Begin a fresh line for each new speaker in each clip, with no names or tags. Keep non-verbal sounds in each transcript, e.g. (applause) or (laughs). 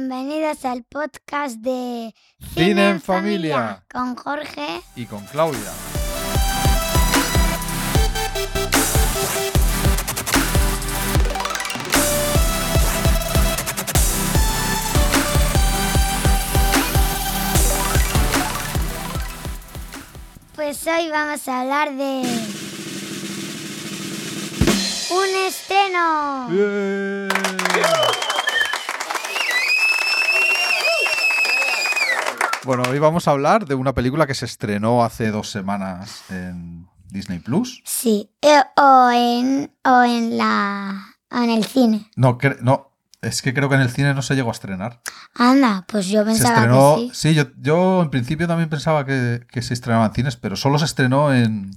Bienvenidos al podcast de
Cine en Familia.
con Jorge.
y con Claudia.
Ah. Pues hoy vamos a hablar de un estreno.
Bueno, hoy vamos a hablar de una película que se estrenó hace dos semanas en Disney Plus.
Sí, eh, o en o en la o en el cine.
No, cre- no, es que creo que en el cine no se llegó a estrenar.
Anda, pues yo
se
pensaba
estrenó.
que sí.
yo, yo en principio también pensaba que, que se estrenaba en cines, pero solo se estrenó en,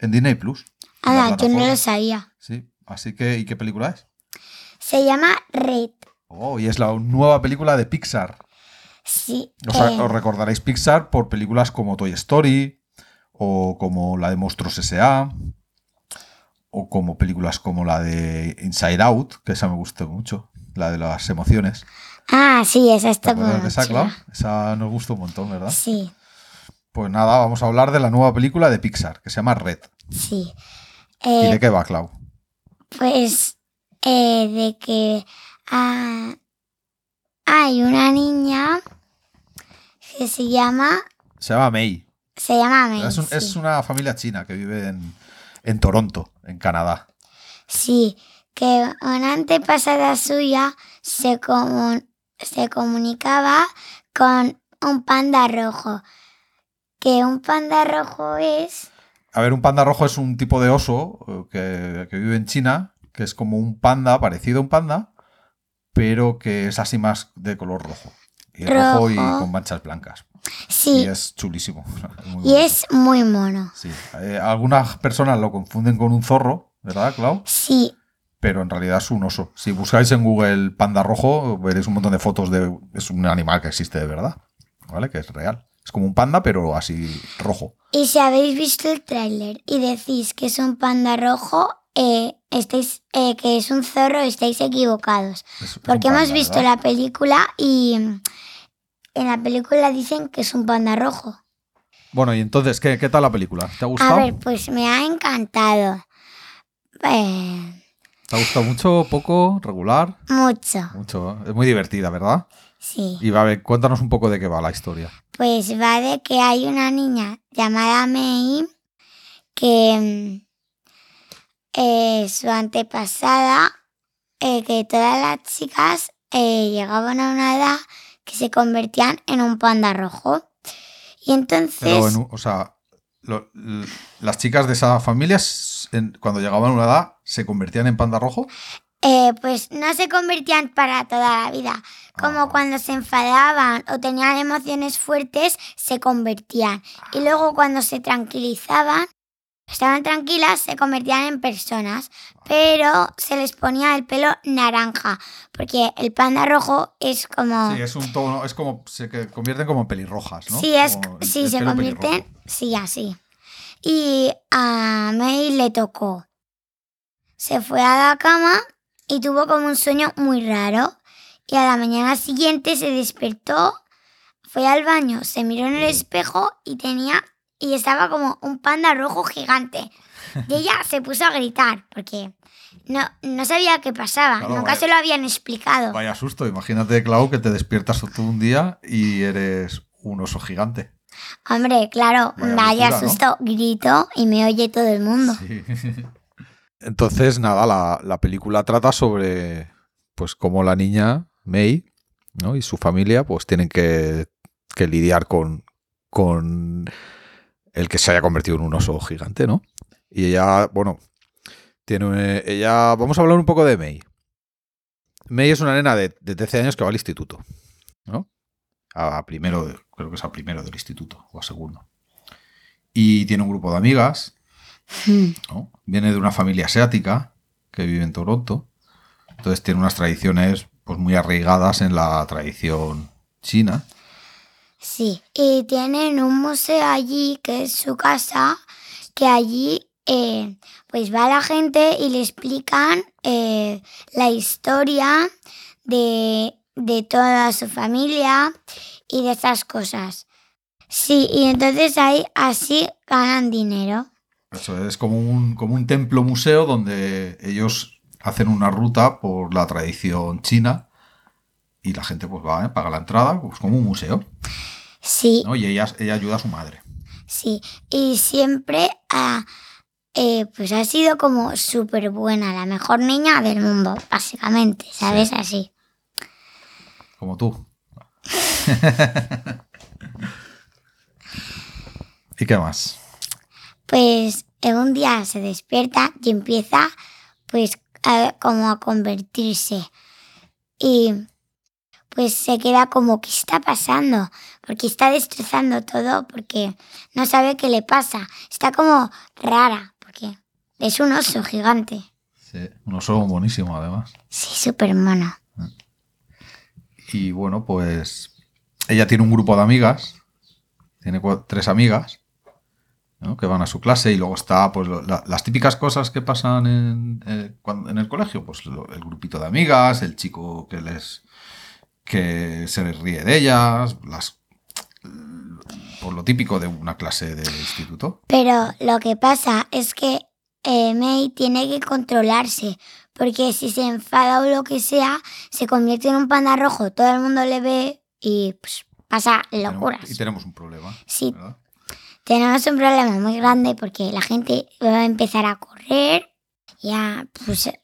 en Disney Plus. en
Anda, yo
la
Ah, no
plataforma.
lo sabía.
Sí, así que, ¿y qué película es?
Se llama Red.
Oh, y es la nueva película de Pixar.
Sí.
Os, a-
eh,
os recordaréis Pixar por películas como Toy Story o como la de Monstruos S.A. o como películas como la de Inside Out, que esa me gustó mucho, la de las emociones.
ah, sí, esa
¿Te
está
acuerdas de
muy
esa, Clau?
chula.
Esa nos gustó un montón, ¿verdad?
Sí.
Pues nada, vamos a hablar de la nueva película de Pixar, que se llama Red.
Sí.
¿Y
Eh,
de qué va, Clau?
Pues eh, de que ah, hay una niña que se llama
Se llama May.
se llama May,
Es, un-
sí.
es una familia china que vive en, en Toronto, en Canadá.
Sí, que una antepasada suya se comun- se comunicaba con un panda rojo. Que un panda rojo es
A ver, un panda rojo es un tipo de oso eh, que, que vive en China, que es como un panda, parecido a un panda, pero que es así más de color rojo. Y rojo y
Rojo.
con manchas blancas. Y
sí
es chulísimo. (laughs) es muy
y
bonito.
es muy mono.
Sí. Eh, algunas personas lo confunden con un zorro, ¿verdad, Clau?
Sí,
Pero en realidad es un oso. Si buscáis en Google panda rojo, veréis un montón de fotos de... Es un animal que existe de verdad, ¿vale? Que es real. Es como un panda, pero así rojo.
Y si habéis visto el tráiler y decís que es un panda rojo, eh, estáis, eh, que es un zorro, estáis equivocados.
Es- es un
Porque hemos
panda,
visto
¿verdad?
la película y mm, en la película dicen que es un panda rojo.
Bueno, y entonces, ¿qué, qué tal la película? ¿Te ha
A
gustado?
ver, pues me ha encantado. Eh,
¿Te ha gustado mucho, poco, regular?
mucho,
Mucho. ¿eh? Es muy divertida, ¿verdad?
sí.
Y a ver, cuéntanos un poco de qué va la historia.
Pues va de que hay una niña llamada May que mm, eh, su antepasada, eh, que todas las chicas eh, llegaban a una edad que se convertían en un panda rojo. Y
Pero,
entonces,
en un- o sea, lo- l- las chicas de esa familia, s- en- cuando llegaban a una edad, se convertían en panda rojo.
eh, pues no se convertían para toda la vida. Como
Ah.
cuando se enfadaban o tenían emociones fuertes, se convertían. Y luego cuando se tranquilizaban, estaban tranquilas, se convertían en personas. Pero se les ponía el pelo naranja, porque el panda rojo es como...
Sí, es un tono, es como, se que- convierten como en pelirrojas, ¿no?
Ah. Sí, es,
Como el-
sí
el
se
pelo
convierten,
pelirrojo.
sí, así. Y a May le tocó. Se fue a la cama y tuvo como un sueño muy raro. Y a la mañana siguiente se despertó, fue al baño, se miró en el espejo y tenía y estaba como un panda rojo gigante. Y ella se puso a gritar porque no, no sabía qué pasaba,
Claro,
nunca
vaya-
se lo habían explicado.
Vaya susto, imagínate, Clau, que te despiertas tú un día y eres un oso gigante.
Hombre, claro,
Vaya
vaya
locura, ¿no?
susto, grito y me oye todo el mundo.
(laughs) Entonces, nada, la, la película trata sobre pues cómo la niña May ¿no? y su familia pues tienen que, que lidiar con, con el que se haya convertido en un oso gigante, ¿no? Y ella, bueno, tiene eh, ella. Vamos a hablar un poco de May. May es una nena de, de 13 años que va al instituto, ¿no? A primero, de- creo que es a primero del instituto o a segundo. Y tiene un grupo de amigas ¿no? Viene de una familia asiática que vive en Toronto. Entonces tiene unas tradiciones pues, muy arraigadas en la tradición china.
Sí, y tienen un museo allí, que es su casa, que allí eh, pues va la gente y le explican eh, la historia de de toda su familia y de esas cosas. Sí, y entonces ahí así ganan dinero.
Eso es como un, como un templo museo donde ellos hacen una ruta por la tradición china y la gente pues va, ¿eh? paga la entrada, pues como un museo.
Sí,
¿no? Y ella, ella ayuda a su madre.
sí. Y siempre ah, eh, pues ha sido como súper buena, la mejor niña del mundo, básicamente, ¿sabes? Así.
Como tú. (laughs) ¿Y qué más?
Pues eh, un día se despierta y empieza pues a- como a convertirse. Y pues se queda como, ¿qué está pasando? Porque está destrozando todo, porque no sabe qué le pasa. Está como rara, porque es un oso gigante.
Sí, un oso buenísimo además.
Sí, súper mono.
Y bueno, pues ella tiene un grupo de amigas, tiene cua- tres amigas, ¿no? que van a su clase y luego está pues lo- la- las típicas cosas que pasan en, eh, cuando- en el colegio, pues lo- el grupito de amigas, el chico que les que se les ríe de ellas, las por lo típico de una clase de instituto.
Pero lo que pasa es que eh, May tiene que controlarse, porque si se enfada o lo que sea, se convierte en un panda rojo, todo el mundo le ve y pues, pasa
Tenemos-
locuras.
Y tenemos un problema.
Sí,
¿verdad?
tenemos un problema muy grande porque la gente va a empezar a correr y a, pues, eh,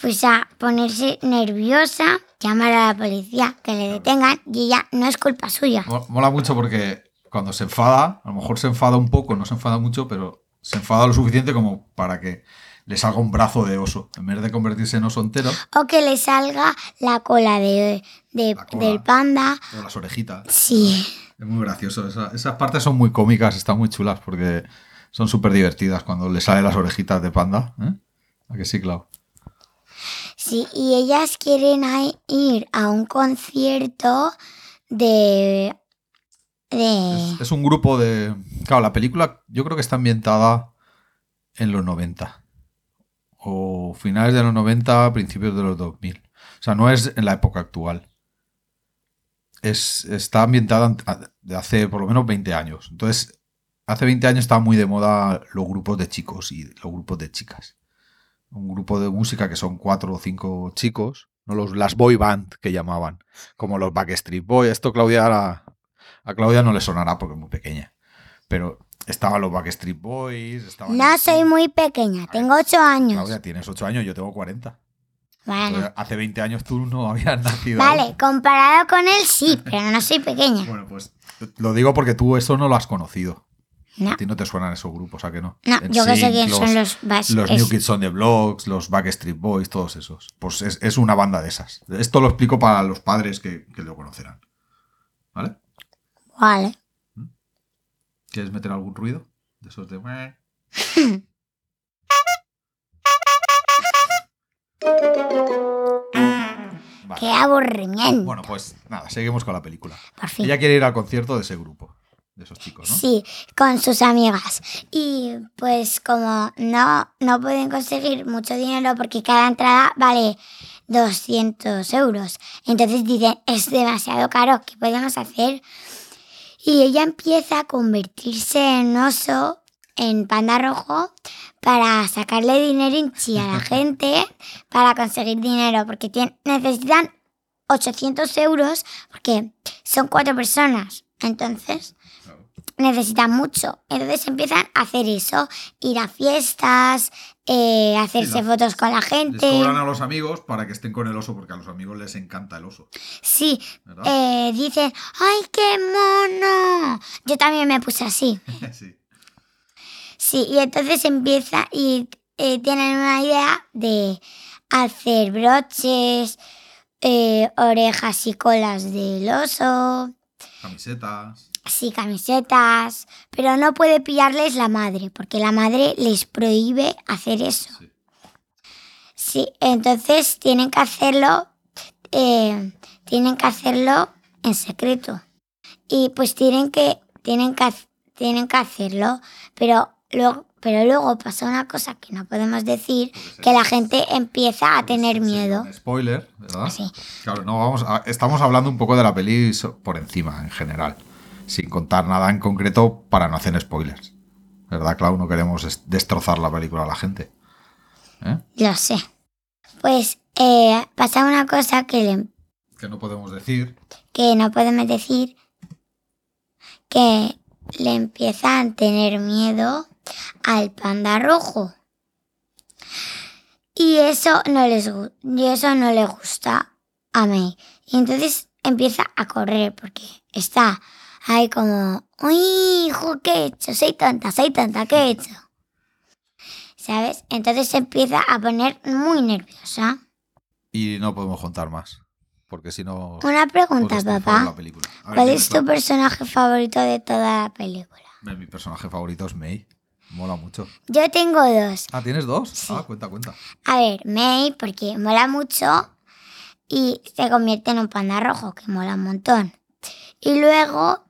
pues a ponerse nerviosa, llamar a la policía, que le detengan y ya no es culpa suya.
Mo- Mola mucho porque cuando se enfada, a lo mejor se enfada un poco, no se enfada mucho, pero se enfada lo suficiente como para que le salga un brazo de oso. En vez de convertirse en oso entero,
O que le salga la cola de, de-
La cola.
del panda.
o las orejitas.
Sí.
Es muy gracioso. Esa- esas partes son muy cómicas, están muy chulas porque son súper divertidas cuando le salen las orejitas de panda. ¿eh? ¿A que sí, Clau?
Sí, y ellas quieren a- ir a un concierto de... de...
Es, es un grupo de... Claro, la película yo creo que está ambientada en los 90. O finales de los 90, principios de los 2000. O sea, no es en la época actual. Es, está ambientada ant- a- de hace por lo menos 20 años. Entonces, hace 20 años estaban muy de moda los grupos de chicos y los grupos de chicas. Un grupo de música que son cuatro o cinco chicos, ¿no? los, las boy band que llamaban, como los Backstreet Boy. Esto Claudia la- a Claudia no le sonará porque es muy pequeña. Pero estaban los Backstreet Boys. Estaban
No soy muy pequeña, tengo ocho años.
Claudia, tienes 8 años, yo tengo 40.
Bueno,
Entonces, Hace 20 años tú no habías nacido.
vale, comparado con él
(laughs)
sí, pero no soy pequeña.
Bueno, pues lo digo porque tú eso no lo has conocido.
No,
A ti no te suenan esos grupos, ¿a que no?
no, yo que sé
NSYNC,
quién son los Bash.
Los
es-
New Kids on the Blocks, los Backstreet Boys, todos esos. Pues es, es una banda de esas. Esto lo explico para los padres que, que lo conocerán. ¿Vale?
Vale.
¿Quieres meter algún ruido? De esos de... meh? Vale.
Qué aburrimiento,
Bueno, pues nada, seguimos con la película.
por fin.
Ella quiere ir al concierto de ese grupo, de esos chicos, ¿no?
Sí, con sus amigas. Y pues como no, no pueden conseguir mucho dinero porque cada entrada vale 200 euros. Entonces dicen, es demasiado caro, ¿qué podemos hacer? Y ella empieza a convertirse en oso, en panda rojo, para sacarle dinero hinchi a la gente, para conseguir dinero, porque tien- necesitan 800 euros, porque son cuatro personas. Entonces necesitan mucho. Entonces empiezan a hacer eso, ir a fiestas, eh, hacerse
las-
fotos con la
Les
gente.
cobran a los amigos para que estén con el oso, porque a los amigos les encanta el oso,
Sí,
¿verdad?
eh, dicen, ¡ay, qué mono! Yo también me puse así.
(laughs) Sí.
Sí, y entonces empieza y eh, tienen una idea de hacer broches, eh, orejas y colas del oso,
Camisetas.
sí, camisetas, pero no puede pillarles la madre, porque la madre les prohíbe hacer eso.
Sí.
Sí, entonces tienen que hacerlo, eh, tienen que hacerlo en secreto. Y pues tienen que, tienen que, ha- tienen que hacerlo, pero Luego, pero luego pasa una cosa que no podemos decir, que la gente empieza a tener miedo.
Spoiler, ¿verdad?
Sí.
Claro, no, vamos a- estamos hablando un poco de la peli so- por encima, en general, sin contar nada en concreto para no hacer spoilers. ¿Verdad, Clau? No queremos es- destrozar la película a la gente. ¿Eh?
Lo sé. Pues eh, pasa una cosa que, le-
Que no podemos decir.
que no podemos decir, que le empiezan a tener miedo al panda rojo. Y eso no les, gu- y eso no le gusta a May. Y entonces empieza a correr porque está ahí como, uy, hijo, ¿qué he hecho? Soy tonta, soy tonta, ¿qué he hecho? ¿Sabes? Entonces se empieza a poner muy nerviosa.
Y no podemos contar más. Porque si no.
Una
puedo
pregunta,
destrozar la
papá.
película. A ver,
¿Cuál
dime,
es tu
Clau.
personaje favorito de toda la película?
Mi personaje favorito es May. Mola mucho.
Yo tengo dos.
Ah, ¿tienes dos?
Sí.
Ah, cuenta, cuenta.
A ver, May, porque mola mucho y se convierte en un panda rojo, que mola un montón. Y luego,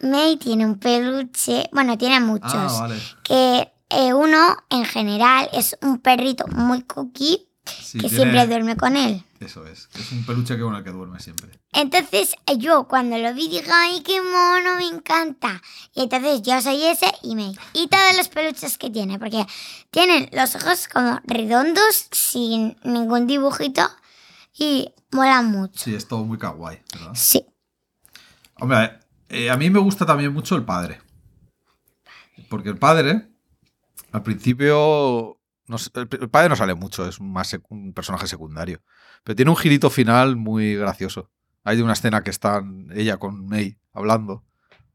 May tiene un peluche, bueno, tiene muchos,
Ah, vale.
que eh, uno en general es un perrito muy cookie
Sí,
que
tiene-
siempre duerme con él.
Eso es. Es un peluche que con el que duerme siempre.
Entonces eh, yo cuando lo vi dije, ay, qué mono, me encanta. Y entonces yo soy ese y May. Y todos los peluches que tiene, porque tienen los ojos como redondos, sin ningún dibujito, y mola mucho.
Sí, es todo muy kawaii, ¿verdad?
Sí,
Hombre, eh, a mí me gusta también mucho el padre. Porque el padre, al principio, no sé, el el padre no sale mucho, es más sec- un personaje secundario. Pero tiene un girito final muy gracioso. Hay una escena que están ella con May hablando,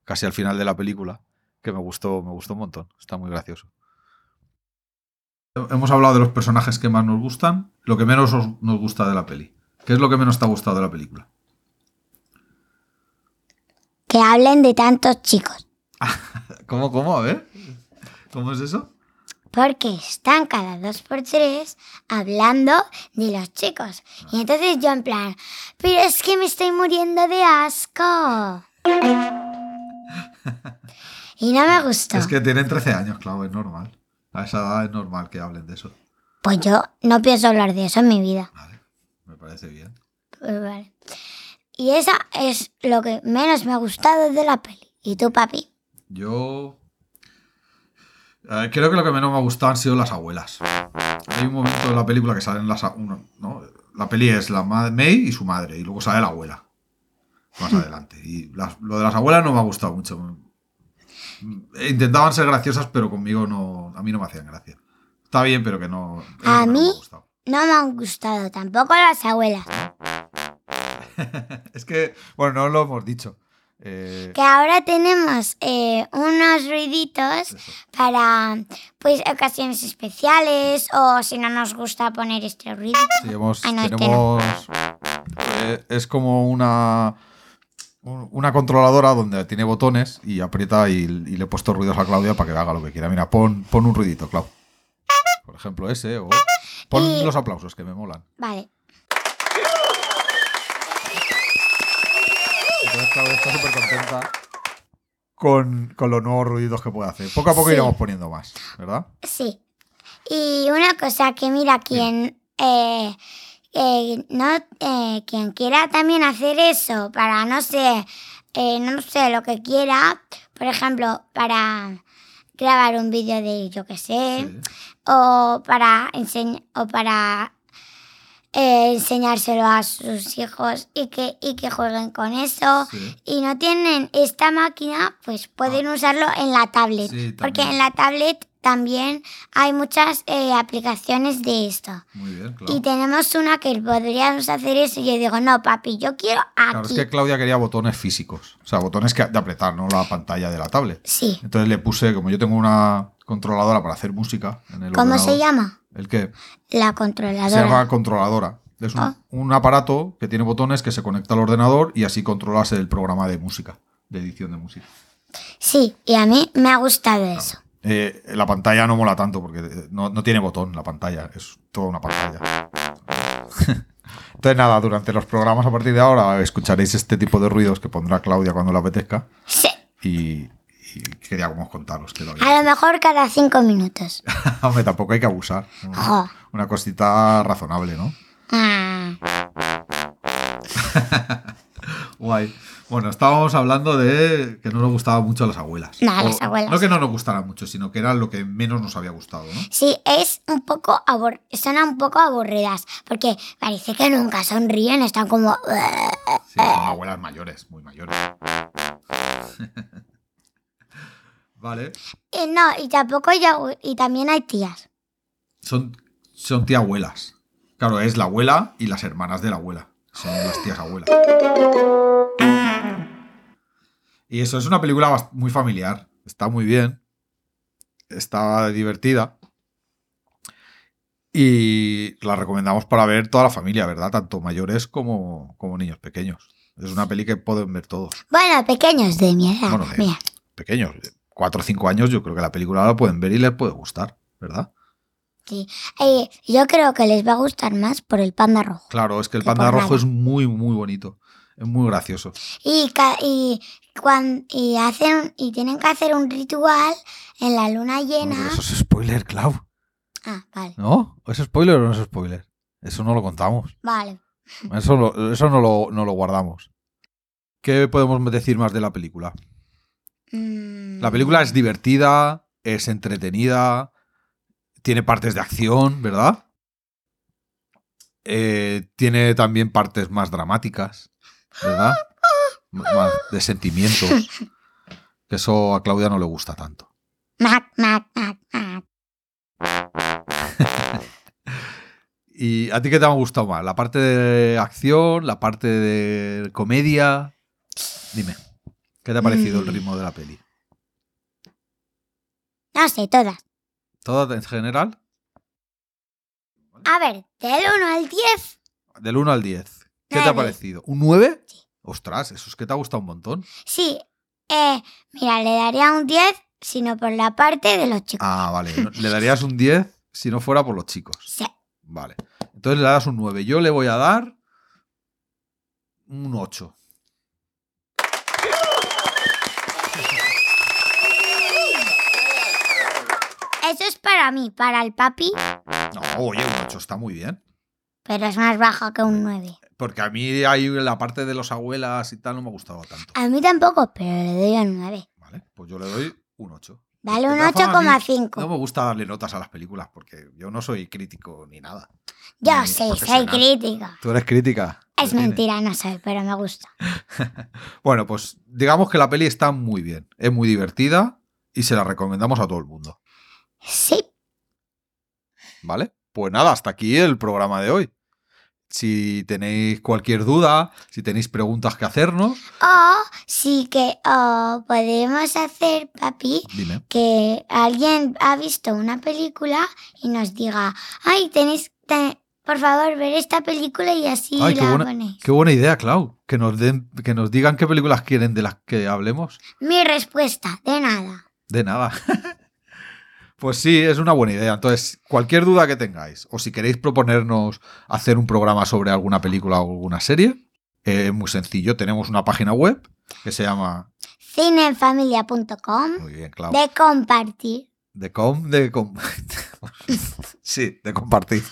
casi al final de la película, que me gustó, me gustó un montón. Está muy gracioso. Hemos hablado de los personajes que más nos gustan, lo que menos os- nos gusta de la peli. ¿Qué es lo que menos te ha gustado de la película?
que hablen de tantos chicos,
¿Cómo, cómo? A ver. ¿Cómo es eso?
porque están cada dos por tres hablando de los chicos. Y entonces yo en plan, pero es que me estoy muriendo de
(laughs)
asco. Y no me gustó.
Es que tienen 13 años, claro, es normal. A esa edad es normal que hablen de eso.
Pues yo no pienso hablar de eso en mi vida.
Vale, me parece bien.
Pues vale. Y esa es lo que menos me ha gustado de la peli. ¿Y tú, papi?
Yo. eh, creo que lo que menos me ha gustado han sido las abuelas. Hay un momento en la película que salen las. a- Uno, ¿no? La peli es la ma- May y su madre, y luego sale la abuela. Más adelante. Y las- lo de las abuelas no me ha gustado mucho. Intentaban ser graciosas, pero conmigo no. A mí no me hacían gracia. Está bien, pero que no. es lo
A
que menos me ha
mí-
gustado.
No me han gustado tampoco las abuelas.
Es que, bueno, no lo hemos dicho. Eh,
Que ahora tenemos eh, unos ruiditos
eso.
para pues ocasiones especiales o si no nos gusta poner este ruido.
Sí, hemos-
Ah, no, es que
tenemos. eh, es como una. un- Una controladora donde tiene botones y aprieta y, y le he puesto ruidos a Claudia para que haga lo que quiera. Mira, pon, pon un ruidito, Clau. Por ejemplo, ese o. Pon
Y-
los aplausos que me molan.
Vale.
Entonces Claudia está súper contenta con, con los nuevos ruidos que puede hacer. Poco a poco
Sí.
iremos poniendo más, ¿verdad?
Sí. Y una cosa que mira, quien eh, eh, no eh, quien quiera también hacer eso para no sé, eh, no sé lo que quiera, por ejemplo, para grabar un vídeo de yo que sé,
Sí.
o para enseñ- o para eh, enseñárselo a sus hijos y que, y que jueguen con eso.
Sí.
Y no tienen esta máquina, pues pueden usarlo en la tablet.
Ah. Sí,
porque
también.
en la tablet también hay muchas eh, aplicaciones de esto.
Muy bien, Clau.
Y tenemos una que podríamos hacer eso. Y yo digo, no, papi, yo quiero aquí.
Claro, es que Claudia quería botones físicos. O sea, botones que, de apretar, no la pantalla de la tablet.
Sí.
Entonces le puse, como yo tengo una controladora para hacer música en el
¿Cómo se
ordenador,
llama?
El que
La
se
controladora.
llama controladora. Es un,
Ah.
un aparato que tiene botones que se conecta al ordenador y así controlas el programa de música, de edición de música.
Sí, y a mí me ha gustado eso.
Eh, la pantalla no mola tanto porque eh, no, no tiene botón la pantalla, es toda una pantalla. (laughs) Entonces nada, durante los programas a partir de ahora escucharéis este tipo de ruidos que pondrá Claudia cuando la apetezca.
Sí.
y, y queríamos contaros que lo había
A lo mejor cada cinco
(laughs)
minutos.
hecho. Hombre, tampoco hay que abusar. Una,
Jo.
una cosita razonable, ¿no?
Ah,
Guay. Bueno, estábamos hablando de que no nos gustaban mucho las abuelas.
No, las abuelas.
No que no nos gustaran mucho, sino que era lo que menos nos había gustado, ¿no?
Sí, es un poco abor son un poco aburridas, porque parece que nunca sonríen, están como... Eh.
Sí, son abuelas mayores, muy mayores. (laughs) vale.
Y no, y tampoco hay abu- y también hay tías.
Son, son tía abuelas. Claro, es la abuela y las hermanas de la abuela. Son las tías abuelas. Y eso, es una película bast- muy familiar. Está muy bien. Está divertida. Y la recomendamos para ver toda la familia, ¿verdad? Tanto mayores como, como niños pequeños. Es una peli que pueden ver todos.
Bueno, pequeños de mi edad.
Bueno, de-
Mira,
pequeños, 4 o 5 años, yo creo que la película la pueden ver y les puede gustar, ¿verdad?
Eh, yo creo que les va a gustar más por el panda rojo.
Claro, es que el
Que
panda
por
rojo
nada.
es muy, muy bonito. Es muy gracioso.
Y, ca- y, cuan- y, hacen, y tienen que hacer un ritual en la luna
No,
llena.
pero eso es spoiler, Clau.
Ah, vale,
¿No? ¿Es spoiler o no es spoiler? Eso no lo contamos.
vale.
Eso, lo- eso no, lo, no lo guardamos. ¿Qué podemos decir más de la película?
Mm.
La película es divertida, es entretenida, tiene partes de acción, ¿verdad? Eh, tiene también partes más dramáticas, ¿verdad? M- más de sentimientos. Que eso a Claudia no le gusta tanto.
Mac, mac, mac, mac.
¿Y a ti qué te ha gustado más? ¿La parte de acción? ¿La parte de comedia? Dime, ¿qué te ha parecido el ritmo de la peli?
No sé, todas.
¿Todo en general?
A ver, del 1 al 10.
Del 1 al 10. ¿Qué te ha
Nueve.
parecido? ¿Un 9?
Sí.
Ostras, eso es que te ha gustado un montón.
Sí, eh, mira, le daría un 10, sino por la parte de los chicos.
Ah, vale. no- Le darías un 10 si no fuera por los chicos.
Sí.
Vale. Entonces le das un 9. Yo le voy a dar un 8.
Eso es para mí, para el papi,
No, oye, un 8 está muy bien.
pero es más baja que un 9.
Porque a mí ahí la parte de los abuelas y tal no me ha gustado tanto.
A mí tampoco, pero le doy un 9.
Vale, pues yo le doy un 8.
Dale un
De todas formas, a mí
8,5.
No me gusta darle notas a las películas porque yo no soy crítico ni nada.
Yo
Muy
sí, soy
profesional.
crítica.
Tú eres crítica.
Es
de cine.
mentira, no soy, pero me gusta.
Bueno, pues digamos que la peli está muy bien, es muy divertida y se la recomendamos a todo el mundo,
Sí,
¿vale? Pues nada, hasta aquí el programa de hoy. Si tenéis cualquier duda, si tenéis preguntas que hacernos,
o sí que o podemos hacer, papi,
dime.
que alguien ha visto una película y nos diga, ay, tenéis, te- por favor, ver esta película y así
Ay, qué
la
buena-
ponéis.
Qué buena idea, Clau, que nos den, que nos digan qué películas quieren de las que hablemos.
Mi respuesta, de nada.
De nada. (laughs) Pues sí, es una buena idea. Entonces, cualquier duda que tengáis, o si queréis proponernos hacer un programa sobre alguna película o alguna serie, eh, es muy sencillo. Tenemos una página web que se llama.
Cinefamilia.com
Muy bien, Clau.
de compartir.
De com, de com. (laughs) sí, de compartir.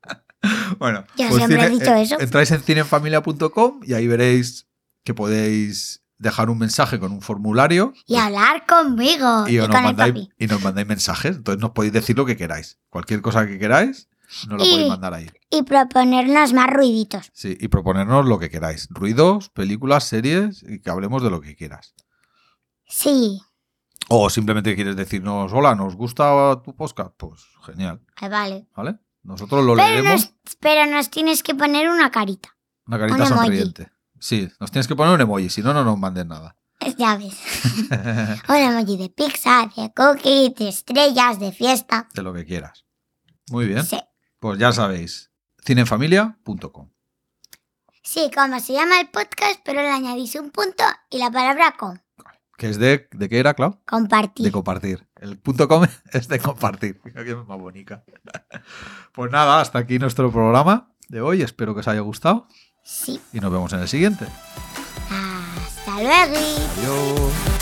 (laughs) bueno,
Yo siempre he dicho
eh,
eso.
Entráis en cineenfamilia.com y ahí veréis que podéis dejar un mensaje con un formulario
Y hablar conmigo Ah, y,
y, os
con
nos
el
mandáis,
papi.
y nos mandáis mensajes. Entonces nos podéis decir lo que queráis. Cualquier cosa que queráis, nos la
Y-
podéis mandar ahí.
Y proponernos más ruiditos.
Sí, y proponernos lo que queráis. Ruidos, películas, series, y que hablemos de lo que quieras.
Sí,
O simplemente quieres decirnos, hola, ¿nos gusta tu podcast? Pues genial,
me eh, vale.
¿vale? Nosotros lo
Pero
leeremos.
nos, pero nos tienes que poner una carita.
Una carita
un emoji.
sonriente. Sí, nos tienes que poner un emoji, si no, no nos manden nada. (laughs)
Ya ves. (laughs) Un emoji de pizza, de cookie, de estrellas, de fiesta.
de lo que quieras. Muy bien.
Sí.
Pues ya sabéis, cinefamilia.com.
Sí, como se llama el podcast, pero le añadís un punto y la palabra con.
Que es de, ¿de qué era, Clau? De
Compartir.
compartir. El punto com (laughs) es de compartir. Mira qué más bonita. (laughs) Pues nada, hasta aquí nuestro programa de hoy. Espero que os haya gustado
sí.
y nos vemos en el siguiente.
Hasta luego.
Adiós.